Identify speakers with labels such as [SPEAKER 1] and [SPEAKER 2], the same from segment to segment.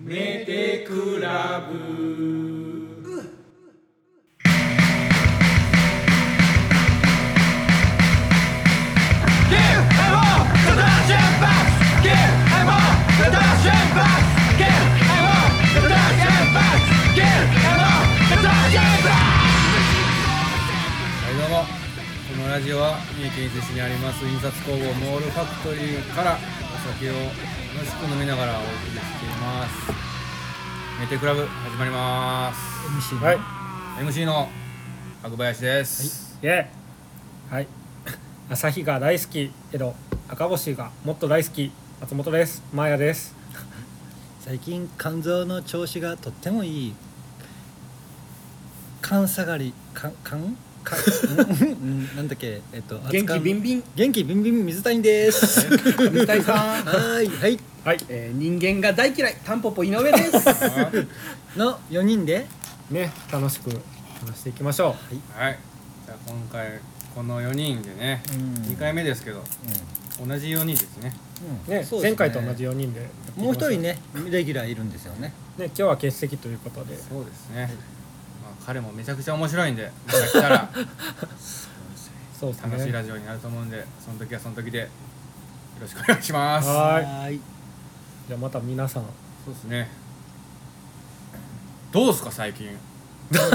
[SPEAKER 1] メテクラブ
[SPEAKER 2] はいどうもこのラジオは三重県伊勢市にあります印刷工房モールファクトリーからお酒を楽しく飲みながらお送りしていますメテクラブ始まります MC
[SPEAKER 3] はい
[SPEAKER 2] MC の白林です、
[SPEAKER 3] イエーイはい朝日が大好きけど赤星がもっと大好き松本ですマーヤです
[SPEAKER 4] 最近肝臓の調子がとってもいい肝下がり肝肝肝うんうんなんだっけえっと
[SPEAKER 5] 元気ビ
[SPEAKER 4] ン
[SPEAKER 5] ンビン、
[SPEAKER 4] 元気ビンビン水谷です
[SPEAKER 5] 水谷さん、
[SPEAKER 4] はーいはい
[SPEAKER 3] はい
[SPEAKER 5] えー、人間が大嫌い、タンポポ井上です。
[SPEAKER 4] の4人で
[SPEAKER 3] ね楽しく話していきましょ
[SPEAKER 2] はいじゃあ今回この4人でね、
[SPEAKER 4] うん
[SPEAKER 2] 2回目ですけど同じ4人ですね
[SPEAKER 3] うね
[SPEAKER 4] そうですね
[SPEAKER 3] 前回と同じ4人でやっていきましょ
[SPEAKER 4] もう一人ねレギュラーいるんですよね
[SPEAKER 3] ね今日は欠席ということで
[SPEAKER 2] そうですね、まあ、彼もめちゃくちゃ面白いんでまた来たら
[SPEAKER 3] そうです
[SPEAKER 2] 楽しい
[SPEAKER 3] ね
[SPEAKER 2] ラジオになると思うんでその時はその時でよろしくお願いします
[SPEAKER 3] はーい
[SPEAKER 4] ーい
[SPEAKER 3] じゃあまた皆さん
[SPEAKER 2] そうですね。どうすか最近。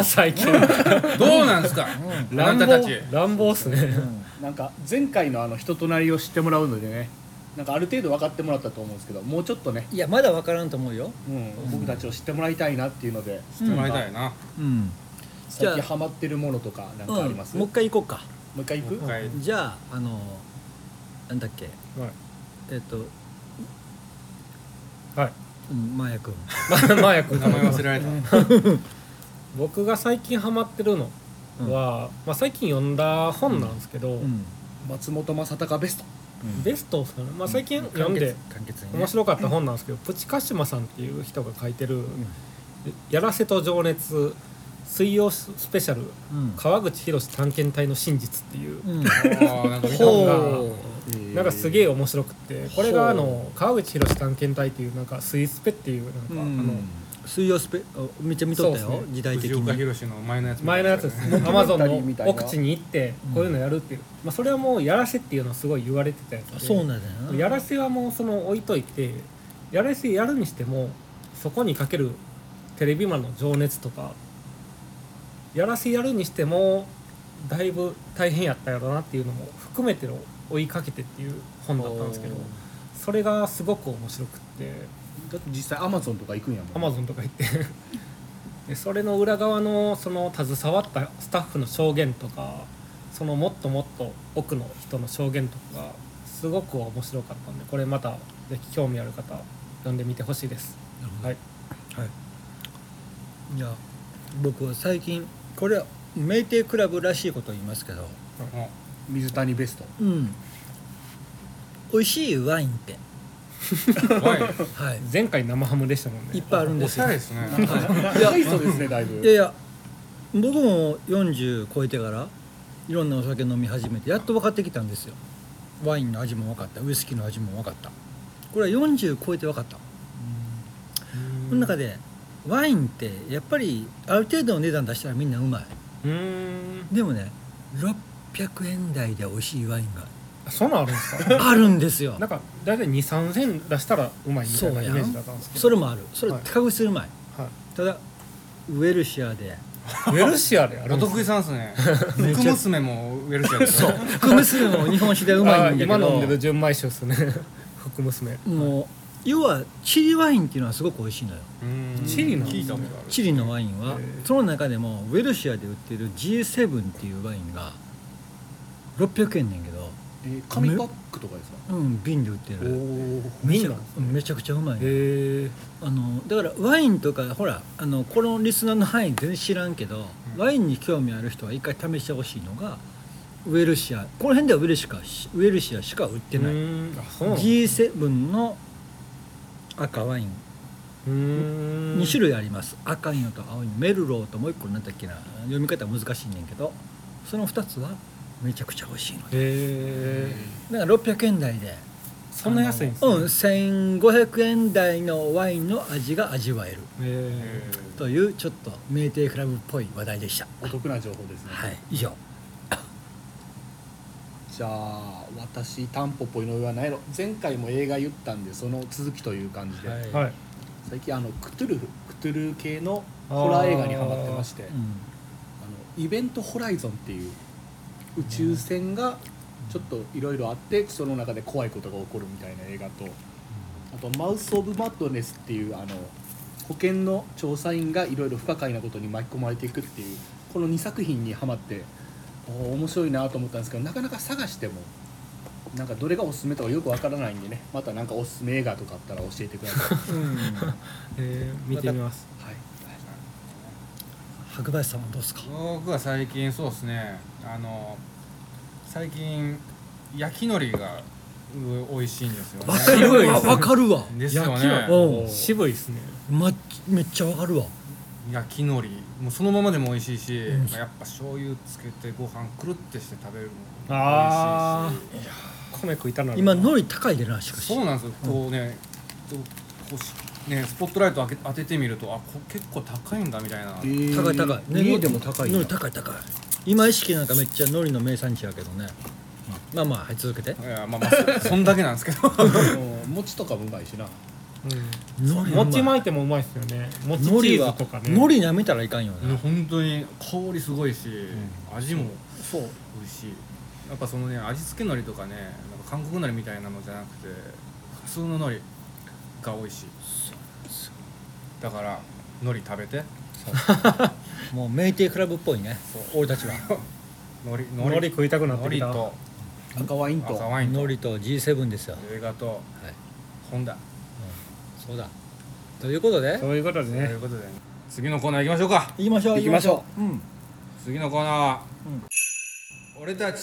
[SPEAKER 3] 最 近
[SPEAKER 2] どうなんすか。あな
[SPEAKER 3] 乱
[SPEAKER 2] た
[SPEAKER 3] 暴
[SPEAKER 2] たち。
[SPEAKER 3] 乱暴っすね
[SPEAKER 5] なんか前回のあの人となりを知ってもらうのでね、なんかある程度分かってもらったと思うんですけど、もうちょっとね、
[SPEAKER 4] いやまだわからんと思うよ
[SPEAKER 5] うん、僕たちを知ってもらいたいなっていうので、
[SPEAKER 2] してもらいたいな。
[SPEAKER 4] うんじゃあ
[SPEAKER 5] 最近ハマってるものとかなん
[SPEAKER 4] うん
[SPEAKER 5] かあり
[SPEAKER 4] も
[SPEAKER 5] ます？
[SPEAKER 4] う一
[SPEAKER 5] も
[SPEAKER 4] 回行こうか
[SPEAKER 5] う一回行く
[SPEAKER 2] 一？回
[SPEAKER 4] じゃああのなんだっけ
[SPEAKER 3] は
[SPEAKER 4] えっと
[SPEAKER 3] い、はい
[SPEAKER 4] うんマーヤ君
[SPEAKER 3] ま、 マーヤ君
[SPEAKER 2] 名前忘れられた。
[SPEAKER 3] 僕が最近ハマってるのは、
[SPEAKER 4] うん
[SPEAKER 3] まあ、最近読んだ本なんですけど、
[SPEAKER 4] うん
[SPEAKER 5] 松本正隆ベスト。
[SPEAKER 3] ベストですかね、まあ、最近読んで
[SPEAKER 4] 簡潔にね
[SPEAKER 3] 面白かった本なんですけど、プチカシマさんっていう人が書いてる「やらせと情熱水曜スペシャル
[SPEAKER 4] うん
[SPEAKER 3] 川口博探検隊の真実」っていう
[SPEAKER 4] うん
[SPEAKER 2] あーなんか見た 方
[SPEAKER 3] 本が
[SPEAKER 2] が。
[SPEAKER 3] なんかすげえ
[SPEAKER 5] え
[SPEAKER 3] 面白くてこれがあの川口博探検隊っていうなんかスイスペっていうなんかあの
[SPEAKER 4] 水曜スペあめっちゃ見とったよ、
[SPEAKER 3] そうっすね
[SPEAKER 4] 時代的
[SPEAKER 2] 藤岡
[SPEAKER 4] に
[SPEAKER 2] 弘の前のやつ。
[SPEAKER 3] 前のやつですねア
[SPEAKER 5] ドキュ
[SPEAKER 3] マ
[SPEAKER 5] メ
[SPEAKER 3] ゾ
[SPEAKER 5] ン
[SPEAKER 3] ン
[SPEAKER 5] タリーみたい
[SPEAKER 3] の
[SPEAKER 5] な
[SPEAKER 3] 奥地に行ってこういうのやるっていう、まあ、それはもうやらせっていうのはすごい言われてたやつで
[SPEAKER 4] そうなんだよな
[SPEAKER 3] やらせはもうその置いといてやらせやるにしてもそこにかけるテレビマンの情熱とかやらせやるにしてもだいぶ大変やったやろなっていうのも含めての追いかけてっていう本だったんですけどそれがすごく面白くって
[SPEAKER 5] だって実際アマゾンとか行くんやもん。
[SPEAKER 3] アマゾンとか行って でそれの裏側のその携わったスタッフの証言とかそのもっともっと奥の人の証言とかがすごく面白かったんでこれまたぜひ興味ある方読んでみてほしいですはい
[SPEAKER 4] いや僕は最近これは名帝クラブらしいこと言いますけど
[SPEAKER 2] うん
[SPEAKER 5] 水谷ベスト。
[SPEAKER 4] うん美味しいワインって、
[SPEAKER 2] ワイン
[SPEAKER 4] はい、
[SPEAKER 3] 前回生ハムでしたもんね
[SPEAKER 4] いっぱいあるん
[SPEAKER 2] お
[SPEAKER 4] です
[SPEAKER 2] しゃ
[SPEAKER 4] よ
[SPEAKER 2] れですね。
[SPEAKER 5] 長いそうですねだいぶ。
[SPEAKER 4] いやいや僕も40超えてからいろんなお酒飲み始めてやっと分かってきたんですよワインの味も分かったウイスキーの味も分かったこれは40超えて分かったその中でワインってやっぱりある程度の値段出したらみんなうまい
[SPEAKER 3] うん
[SPEAKER 4] でもね600円台で美味しいワイン
[SPEAKER 3] あそんなんあるんですか
[SPEAKER 4] があるんですよ
[SPEAKER 3] なんか大体23000円出したらうまいみたいなイメージだったんですけど
[SPEAKER 4] それもあるそれ
[SPEAKER 3] はい
[SPEAKER 4] 高くするまい、
[SPEAKER 3] はい
[SPEAKER 4] ただウェルシアで
[SPEAKER 3] ウェルシアである
[SPEAKER 2] お
[SPEAKER 3] んです
[SPEAKER 2] 得意さんです ね。福娘もウェルシアですよね。
[SPEAKER 4] 福娘も日本酒でうまいんだけど
[SPEAKER 3] あー今飲んでる純米酒ですね福娘
[SPEAKER 4] もう要はチリワインっていうのはすごく美味しいのよ
[SPEAKER 2] うん
[SPEAKER 3] チリの
[SPEAKER 2] 聞いたことある。
[SPEAKER 4] チリのワインはその中でもウェルシアで売ってる G7 っていうワインが600円ねんけど
[SPEAKER 5] えー紙パックとかですか？
[SPEAKER 4] うん瓶で売ってる
[SPEAKER 3] ミーなんです
[SPEAKER 4] めちゃくちゃうまいの
[SPEAKER 3] へえ
[SPEAKER 4] あのだからワインとかほらあのこのリスナーの範囲全然知らんけど、
[SPEAKER 2] うん
[SPEAKER 4] ワインに興味ある人は一回試してほしいのがウェルシアこの辺ではウェルシアしウェルシアしか売ってない、
[SPEAKER 3] あそうなんだ
[SPEAKER 4] G7 の赤ワイン、
[SPEAKER 3] うーん
[SPEAKER 4] 2種類あります赤いのと青いのメルローともう一個なんだっけな読み方難しいねんけどその2つはめちゃくちゃ美味しいのよ
[SPEAKER 3] へえ
[SPEAKER 4] だから600円台で
[SPEAKER 3] そんな安いんですね、
[SPEAKER 4] うん、1500円台のワインの味が味わえる
[SPEAKER 3] え
[SPEAKER 4] というちょっと名店クラブっぽい話題でした
[SPEAKER 5] お得な情報ですね、
[SPEAKER 4] はい以上
[SPEAKER 5] じゃあ私タンポポ井上は何やろ前回も映画言ったんでその続きという感じで、
[SPEAKER 2] はい
[SPEAKER 3] ーはい
[SPEAKER 5] 最近あのクトゥルフクトゥルフ系のホラー映画にハマってましてあ
[SPEAKER 4] う
[SPEAKER 5] のイベントホライゾンっていう宇宙船がちょっといろいろあってその中で怖いことが起こるみたいな映画とあと「マウス・オブ・マッドネス」っていうあの保険の調査員がいろいろ不可解なことに巻き込まれていくっていうこの2作品にハマっておー面白いなと思ったんですけどなかなか探してもなんかどれがおすすめとかよくわからないんでねまたなんかおすすめ映画とかあったら教えてください。
[SPEAKER 4] ん、うん、
[SPEAKER 3] えー見てみます
[SPEAKER 5] はい
[SPEAKER 4] 白林さんはどうですか
[SPEAKER 2] 僕は最近そうですねあの最近焼き海苔がう美味しいんですよね
[SPEAKER 4] わかる
[SPEAKER 3] 白い
[SPEAKER 4] わ
[SPEAKER 3] ですね
[SPEAKER 4] わかるわ
[SPEAKER 2] ですよ
[SPEAKER 3] 焼き
[SPEAKER 2] ね
[SPEAKER 3] は
[SPEAKER 4] うん
[SPEAKER 3] 渋いですね
[SPEAKER 4] まめっちゃわかるわ
[SPEAKER 2] 焼き海苔もうそのままでも美味しいし、
[SPEAKER 4] うん
[SPEAKER 2] やっぱ醤油つけてご飯くるってして食べるのも美
[SPEAKER 3] あ
[SPEAKER 2] 味しいし
[SPEAKER 3] 米食いたなる
[SPEAKER 4] 今
[SPEAKER 3] な
[SPEAKER 4] 海苔高いでなしかし
[SPEAKER 2] そうなんですよ、こうねこうしねスポットライト当て当ててみるとあこ結構高いんだみたいな、
[SPEAKER 4] 高い高い、ね
[SPEAKER 5] 家でも高いんだ
[SPEAKER 4] 海苔高い高い今意識なんかめっちゃ海苔の名産地やけどね、まあまあはい続けて
[SPEAKER 2] いやまあまあそ そんだけなんですけど
[SPEAKER 5] うん 餅とかもうまいしな
[SPEAKER 4] 海苔うまい
[SPEAKER 3] 餅巻いてもうまいですよね餅チ
[SPEAKER 4] 海苔
[SPEAKER 3] ー
[SPEAKER 4] は
[SPEAKER 3] ズとかね
[SPEAKER 4] 海苔舐めたらいかんよな、
[SPEAKER 2] 本当に香りすごいし、味も
[SPEAKER 5] そう
[SPEAKER 2] 美味しいやっぱそのね味付け海苔とかねなんか韓国海苔みたいなのじゃなくて普通の海苔が美味しいだから海苔食べて
[SPEAKER 4] もうメイテイクラブっぽいね
[SPEAKER 2] そう
[SPEAKER 4] 俺たち は
[SPEAKER 2] 海苔
[SPEAKER 3] 海苔食いたくなって
[SPEAKER 2] 海苔
[SPEAKER 3] きた
[SPEAKER 2] と
[SPEAKER 5] 赤ワインと
[SPEAKER 2] 赤ワイン
[SPEAKER 4] 海
[SPEAKER 2] と
[SPEAKER 4] 苔と G7 ですよ、
[SPEAKER 2] 映画と
[SPEAKER 4] はい、
[SPEAKER 2] 本だ
[SPEAKER 4] そうだということで
[SPEAKER 3] そういうことで
[SPEAKER 2] とい
[SPEAKER 3] ね
[SPEAKER 2] うことで次のコーナー行きましょうか
[SPEAKER 4] 行きましょう
[SPEAKER 5] 行きましょ
[SPEAKER 4] う、うん、
[SPEAKER 2] 次のコーナーは、俺たち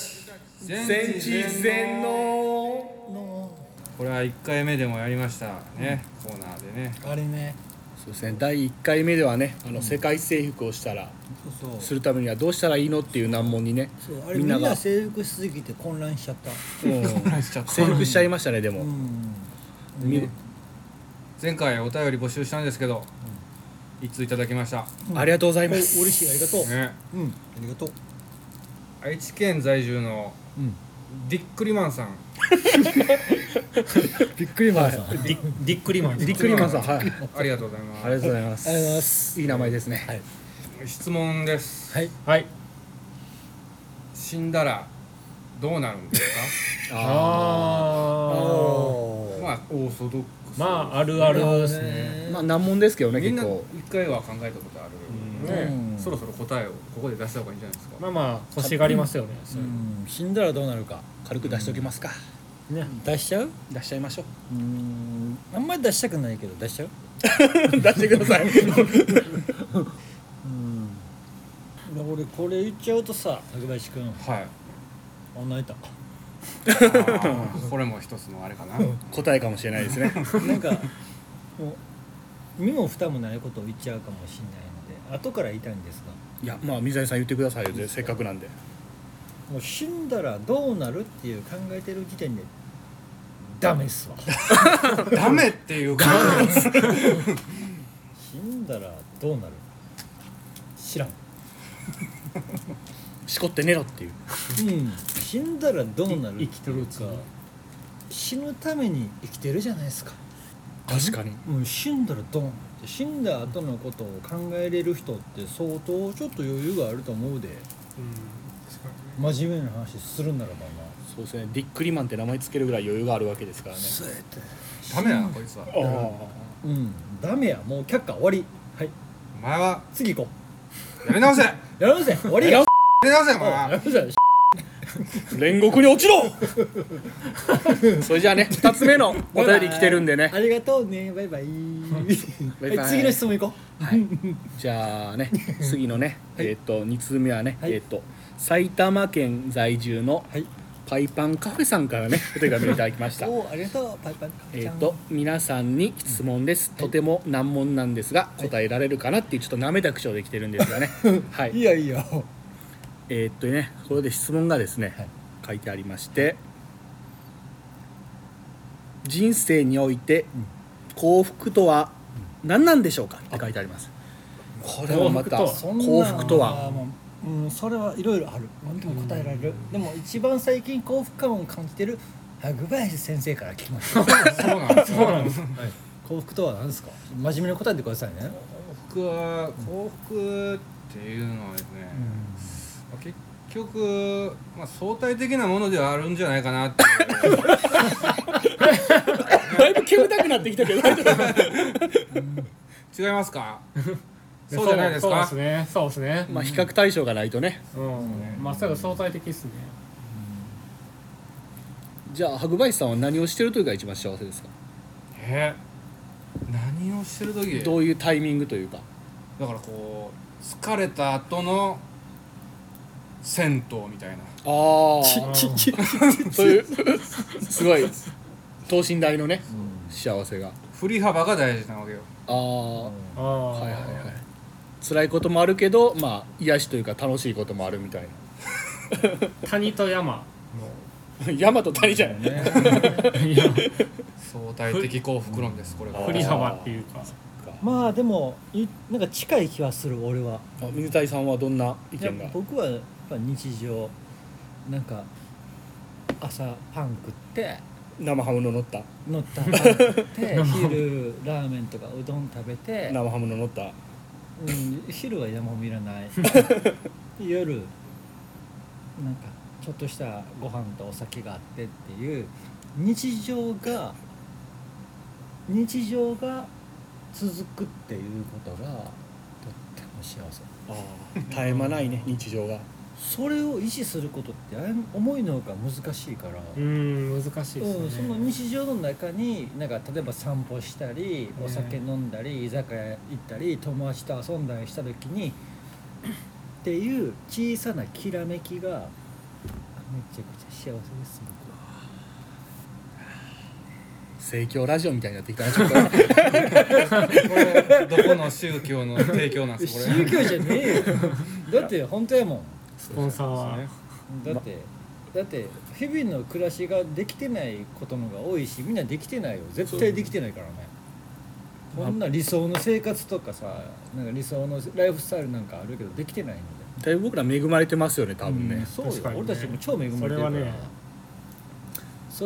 [SPEAKER 2] 全知全能これは1回目でもやりましたね、コーナーでね
[SPEAKER 4] あれね
[SPEAKER 5] そうですね第1回目ではねあの世界征服をしたら、
[SPEAKER 4] そうそう
[SPEAKER 5] するためにはどうしたらいいのっていう難問にね、
[SPEAKER 4] そうあれみ
[SPEAKER 5] み
[SPEAKER 4] ん
[SPEAKER 5] んな
[SPEAKER 4] な
[SPEAKER 5] が
[SPEAKER 4] 征服しすぎて混乱しちゃった
[SPEAKER 5] うん征服しちゃいましたねでも、
[SPEAKER 4] うん
[SPEAKER 5] み
[SPEAKER 2] 前回お便り募集したんですけど、一通いただきました、
[SPEAKER 5] ありがとうござい
[SPEAKER 4] お
[SPEAKER 5] ま
[SPEAKER 4] 嬉
[SPEAKER 5] す
[SPEAKER 4] しいありがとう、
[SPEAKER 2] ね、
[SPEAKER 4] うんありがとう
[SPEAKER 2] 愛知県在住の
[SPEAKER 4] うん
[SPEAKER 2] ディックリマンさん
[SPEAKER 4] びっくりマンさんありが
[SPEAKER 3] ディディックリマン
[SPEAKER 5] びっくりマンさんはいあり
[SPEAKER 2] ありがとうございます
[SPEAKER 5] がとうございま
[SPEAKER 4] とうございますす
[SPEAKER 5] いい名前ですね、
[SPEAKER 4] はい
[SPEAKER 2] 質問です
[SPEAKER 4] はい
[SPEAKER 3] はい
[SPEAKER 2] 死んだらどうなるんです かまあ
[SPEAKER 3] あ
[SPEAKER 2] オーソドックス
[SPEAKER 3] あまああるあるですね
[SPEAKER 5] まあ難問ですけどね
[SPEAKER 2] みん
[SPEAKER 5] 結
[SPEAKER 2] な一
[SPEAKER 5] 構
[SPEAKER 2] 回は考えたことあるよね、
[SPEAKER 4] うん
[SPEAKER 2] そろそろ答えをここで出した方がいいんじゃないですか、
[SPEAKER 3] まあまあ腰がありますよねそうういうの
[SPEAKER 4] ん死んだらどうなるか
[SPEAKER 5] 軽く出しておきますか、
[SPEAKER 3] ね
[SPEAKER 4] 出しちゃう
[SPEAKER 5] 出しちゃいましょ
[SPEAKER 4] うんあんまり出したくないけど出しちゃう
[SPEAKER 5] う出してください
[SPEAKER 4] うん俺これ言っちゃうとさ竹林君
[SPEAKER 2] はい
[SPEAKER 4] あ泣いた
[SPEAKER 2] あーこれも一つのあれかな、
[SPEAKER 5] 答えかもしれないですね
[SPEAKER 4] なんかもう身も蓋もないことを言っちゃうかもしれないので後から言いたいんですが
[SPEAKER 5] いやまあ水谷さん言ってくださいよでせっかくなんで
[SPEAKER 4] もう死んだらどうなるっていう考えてる時点でダメっすわ
[SPEAKER 2] ダメっていうか
[SPEAKER 4] 死んだらどうなる知らん
[SPEAKER 5] しこって寝ろっていう
[SPEAKER 4] うん死んだらどうなる
[SPEAKER 3] い生きてるうちに
[SPEAKER 4] 死ぬために生きてるじゃないですか
[SPEAKER 5] 確かに
[SPEAKER 4] もう死んだらどうなるって死んだ後のことを考えれる人って相当ちょっと余裕があると思うで真面目な話するならばな
[SPEAKER 5] そうですねディックリマンって名前つけるぐらい余裕があるわけですからね
[SPEAKER 4] うやって
[SPEAKER 2] ダメだなこいつは
[SPEAKER 5] あ
[SPEAKER 4] うんダメやもう却下終わりはい
[SPEAKER 2] お前は
[SPEAKER 4] 次行こ
[SPEAKER 2] やり直 せや
[SPEAKER 4] うやらんせ 終わりや
[SPEAKER 2] り直せお前
[SPEAKER 4] やら
[SPEAKER 2] は
[SPEAKER 4] ん せ
[SPEAKER 5] あ煉獄に落ちろ それじゃあね2つ目のお便り来てるんでね
[SPEAKER 4] ありがとうねバ イバイ
[SPEAKER 5] バイバイ
[SPEAKER 4] はい次の質問行こ
[SPEAKER 5] じゃあね次のね、えっと2通目はね、
[SPEAKER 4] はい
[SPEAKER 5] えっと埼玉県在住の
[SPEAKER 4] はい
[SPEAKER 5] パイパンカフェさん からねお手紙をいただきまし
[SPEAKER 4] う
[SPEAKER 5] た
[SPEAKER 4] おーありがとうパイパイ
[SPEAKER 5] えっと皆さんに質問です、とても難問なんですが答えられるかなっていうちょっとなめた口調で来てるんですが ねはい
[SPEAKER 4] いいよいいよ
[SPEAKER 5] えーっとねこれで質問がですね、
[SPEAKER 4] はい
[SPEAKER 5] 書いてありまして、人生において幸福とは何なんでしょうかって書いてありますこれもまた
[SPEAKER 3] 幸福とは
[SPEAKER 5] そんな幸福とは
[SPEAKER 4] うん、それはいろいろある何でも答えられる、でも一番最近幸福感を感じてる白林先生から聞きました
[SPEAKER 2] そうなんです
[SPEAKER 3] そうなんです
[SPEAKER 4] 幸福とは何ですか真面目に答えてくださいね、
[SPEAKER 2] 幸福は幸福っていうのはですね、まあ結局、まあ、相対的なものではあるんじゃないかなっていう
[SPEAKER 5] だいぶ煙たくなってきたけ ど
[SPEAKER 2] 違いますかそうじゃないですか
[SPEAKER 3] そうですねそうですね
[SPEAKER 5] まあ比較対象がないとね
[SPEAKER 3] うんまっさら相対的ですね
[SPEAKER 5] じゃあ白林さんは何をしてる時が一番幸せですか
[SPEAKER 2] え何をしてる時
[SPEAKER 5] どういうタイミングというか
[SPEAKER 2] だからこう疲れた後の銭湯みたいな
[SPEAKER 5] あ
[SPEAKER 3] あ
[SPEAKER 5] あ
[SPEAKER 3] ー
[SPEAKER 5] そういうすごい等身大のね幸せが
[SPEAKER 2] 振り幅が大事なわけよ
[SPEAKER 5] ああ
[SPEAKER 3] ああ
[SPEAKER 5] はいはいはい辛いこともあるけどまあ癒しというか楽しいこともあるみたい
[SPEAKER 3] 谷と山
[SPEAKER 5] な 山と谷じゃない
[SPEAKER 3] のいや
[SPEAKER 2] 相対的幸福論ですこれが
[SPEAKER 3] 振り幅っていうか
[SPEAKER 4] まあでもいなんか近い気はする俺は
[SPEAKER 5] あ水谷さんはどんない
[SPEAKER 4] や
[SPEAKER 5] 意見が
[SPEAKER 4] 僕はやっぱ日常なんか朝パン食って
[SPEAKER 5] 生ハムの乗った
[SPEAKER 4] 乗ったパン食って 昼ラーメンとかうどん食べて、
[SPEAKER 5] 生ハムの乗った
[SPEAKER 4] うん、昼は山もいらない夜なんかちょっとしたご飯とお酒があってっていう日常が日常が続くっていうことがとっても幸せ
[SPEAKER 5] あー絶え間ないね日常が
[SPEAKER 4] それを維持することってあれ思いのほか難しいから、
[SPEAKER 3] う
[SPEAKER 4] うん
[SPEAKER 3] ん難しいですね、
[SPEAKER 4] その日常の中になんか例えば散歩したりお酒飲んだり居酒屋行ったり友達と遊んだりした時にっていう小さなきらめきがめちゃくちゃ幸せです僕は
[SPEAKER 5] 盛況ラジオみたいになってきたなちょっ と
[SPEAKER 2] これどこの宗教の提供なんですかこ
[SPEAKER 4] 宗
[SPEAKER 2] れ
[SPEAKER 4] 教じゃねえ よだって本当やも
[SPEAKER 3] スポンサーは、
[SPEAKER 4] んだってだって日々の暮らしができてないことのが多いしみんなできてないよ絶対できてないからねこんな理想の生活とかさなんか理想のライフスタイルなんかあるけどできてないので
[SPEAKER 5] だいぶ僕ら恵まれてますよね多分
[SPEAKER 4] うん
[SPEAKER 5] ね、
[SPEAKER 4] そうよ、
[SPEAKER 3] 確かにね
[SPEAKER 4] 俺たちも超恵まれてるから
[SPEAKER 3] そ
[SPEAKER 4] そ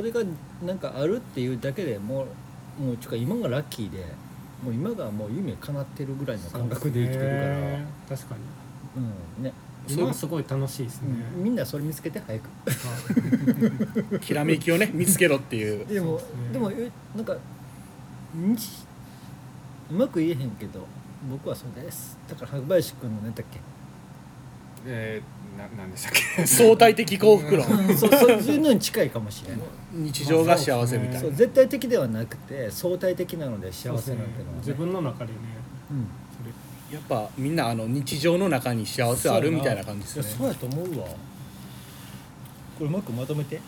[SPEAKER 3] れ
[SPEAKER 4] れ,、
[SPEAKER 3] はね
[SPEAKER 4] がなんかあるっていうだけでもうもうちゅうか今がラッキーでもう今がもう夢叶ってるぐらいの感覚で生きてるからう,、
[SPEAKER 3] ね確かに
[SPEAKER 4] んね、
[SPEAKER 3] 今はすごい楽しいですね、
[SPEAKER 4] みんなそれ見つけて早く
[SPEAKER 5] きらめきをね見つけろっていう
[SPEAKER 4] でもでもえなんか日うまく言えへんけど僕はそれですだから白林君の何だっけ
[SPEAKER 2] えー、ななんでしたっけ
[SPEAKER 5] 相対的幸福論
[SPEAKER 4] そうそういうのに近いかもしれない
[SPEAKER 5] 日常が幸せみた
[SPEAKER 3] ん
[SPEAKER 5] いな
[SPEAKER 4] そう絶対的ではなくて相対的なので幸
[SPEAKER 3] そうです
[SPEAKER 4] せ
[SPEAKER 3] ね
[SPEAKER 4] なんてのは、ね
[SPEAKER 3] 自分の中でね
[SPEAKER 4] うん
[SPEAKER 3] それ
[SPEAKER 5] やっぱみんなあの日常の中に幸せあるみたいな感じです
[SPEAKER 4] そう
[SPEAKER 5] ね
[SPEAKER 4] やと思うわこれうまくまとめて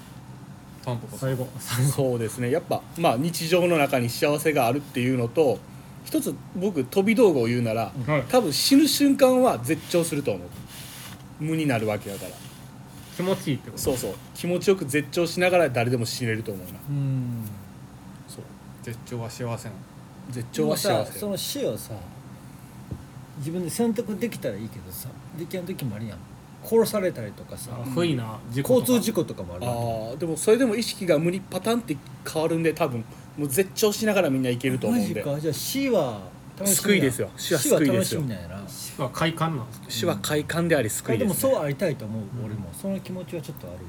[SPEAKER 2] タンポポさん
[SPEAKER 3] 最後
[SPEAKER 5] そうですねやっぱまあ日常の中に幸せがあるっていうのと一つ僕飛び道具を言うなら、
[SPEAKER 3] はい
[SPEAKER 5] 多分死ぬ瞬間は絶頂すると思う無になるわけだから
[SPEAKER 3] 気持ちいいってこと
[SPEAKER 5] そうそう気持ちよく絶頂しながら誰でも死ねると思うな
[SPEAKER 4] うん
[SPEAKER 5] そう
[SPEAKER 2] 絶頂は幸せなの
[SPEAKER 5] 絶
[SPEAKER 4] で
[SPEAKER 5] 頂
[SPEAKER 4] も
[SPEAKER 5] は幸
[SPEAKER 4] さ
[SPEAKER 5] せ
[SPEAKER 4] その死をさ自分で選択できたらいいけどさできない時もあるやん殺されたりとかさ
[SPEAKER 3] あ不意な事故
[SPEAKER 4] 交
[SPEAKER 3] とか
[SPEAKER 4] 通事故とかもあるわけ
[SPEAKER 5] ああでもそれでも意識が無にパタンって変わるんで多分もう絶頂しながらみんないけると思
[SPEAKER 4] マ
[SPEAKER 5] うん
[SPEAKER 4] ジ
[SPEAKER 5] で
[SPEAKER 4] かじゃあ死は楽しみ
[SPEAKER 5] 救いですよ
[SPEAKER 4] 死
[SPEAKER 5] 死
[SPEAKER 4] は
[SPEAKER 5] は
[SPEAKER 4] 救
[SPEAKER 5] 救
[SPEAKER 4] い
[SPEAKER 5] い
[SPEAKER 4] で
[SPEAKER 5] ですす
[SPEAKER 4] よ
[SPEAKER 5] よ
[SPEAKER 4] 死は楽しみなんやな
[SPEAKER 3] 死は快感なんですけ
[SPEAKER 5] 死は快感であり救
[SPEAKER 4] あ
[SPEAKER 5] い
[SPEAKER 4] で
[SPEAKER 5] です、ね
[SPEAKER 4] もそうありたいと思う、俺もその気持ちはちょっとあるわ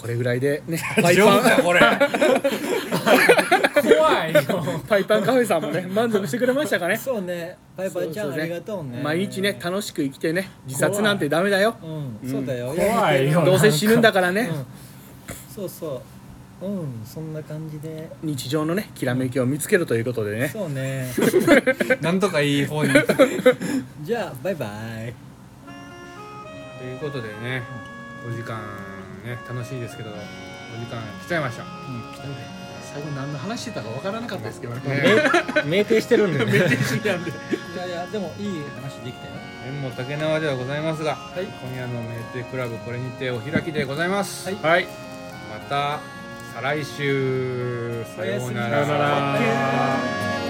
[SPEAKER 5] これぐらいでねパ
[SPEAKER 2] 大
[SPEAKER 5] イ
[SPEAKER 2] 丈
[SPEAKER 5] パ
[SPEAKER 2] 夫
[SPEAKER 5] ン
[SPEAKER 2] かこれ
[SPEAKER 3] ど怖いよ
[SPEAKER 5] パイパンカフェさんもね満足してくれましたかね
[SPEAKER 4] そうねバイバイちゃん、
[SPEAKER 5] そうですね
[SPEAKER 4] ありがとうね
[SPEAKER 5] 毎日ね楽しく生きてね自殺なんてダメだよ
[SPEAKER 4] うん、
[SPEAKER 5] うん
[SPEAKER 4] そうだよ
[SPEAKER 3] 怖いよ
[SPEAKER 5] どうせ死ぬんだから
[SPEAKER 4] う
[SPEAKER 5] ね
[SPEAKER 4] ん、そうそううんそんな感じで
[SPEAKER 5] 日常のねきらめきを見つけるということでね
[SPEAKER 4] そう ね
[SPEAKER 2] なんとかいい方に
[SPEAKER 4] じゃあバイバイ
[SPEAKER 2] ということでねお時間ね楽しいですけどお時間来ちゃいました
[SPEAKER 5] 最後何の話してたかわからなかったですけど
[SPEAKER 2] ね
[SPEAKER 3] 酩酊してるんでね
[SPEAKER 4] いやいやでもいい話できたよ
[SPEAKER 2] 縁も竹縄ではございますが、今夜の名店クラブこれにてお開きでございますはい、またさ再来週さような
[SPEAKER 3] さようなら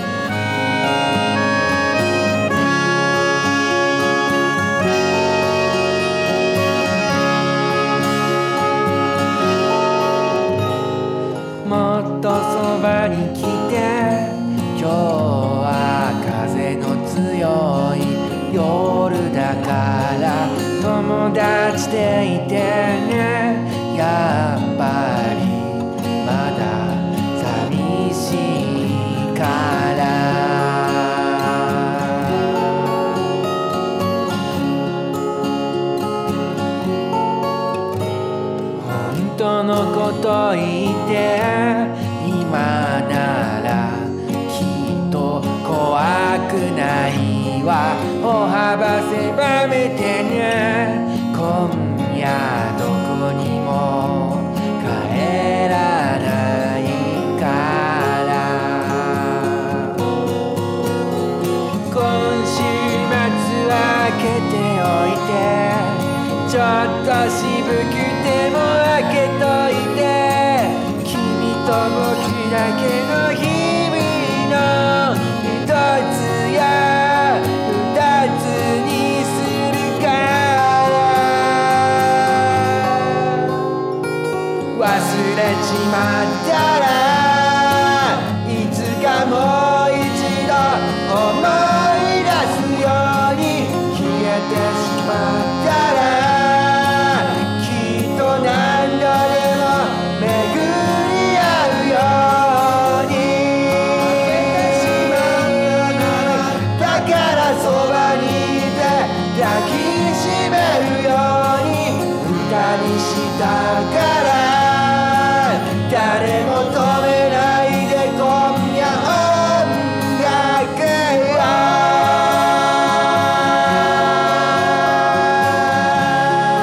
[SPEAKER 6] もっとそばに来て今日は風の強い夜だから友達でいてねやっぱりまだ寂しいから本当のこと言って今ならきっと怖くないわ歩幅狭めてね今夜どこにも帰らないから今週末は開けておいてちょっと渋くても開けといて君と僕だけの日々の一つや二つにするから忘れちまったらいつかもう一度思い出すように消えてしまったらきっと何度でも巡り合うようにだからそばにいて抱きしめるように歌にしたから誰も止めないで今夜音楽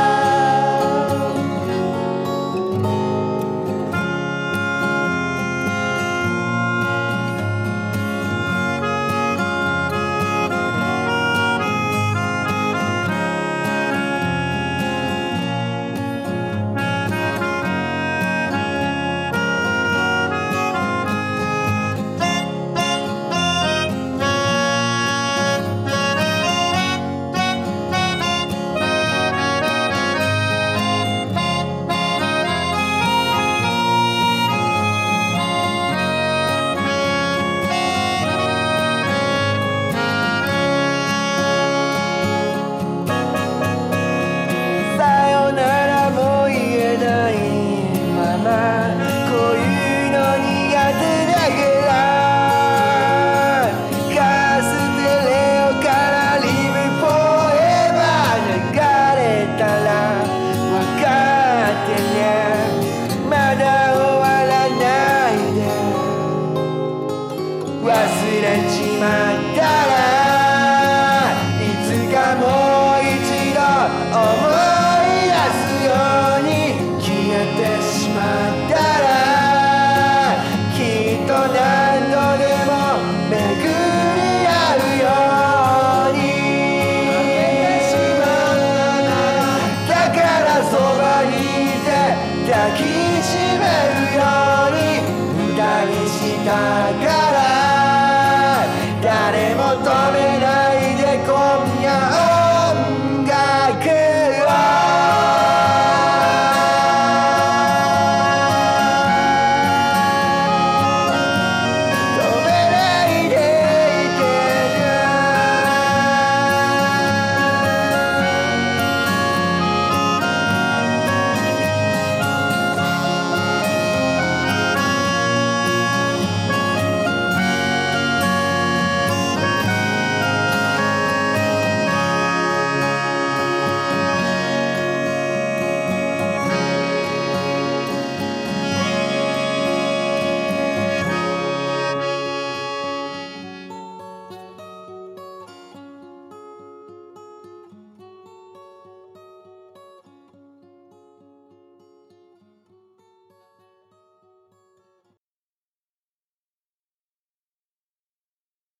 [SPEAKER 6] をさよならも言えないままこういうの苦手だけどカステレオからリブポエマ流れたら分かってねまだ終わらないで忘れちまったらいつかもう一度思い出すように消えてしまったらきっと何度でも巡り合うようにだからそばにいて抱きしめるように歌にしたから誰も止め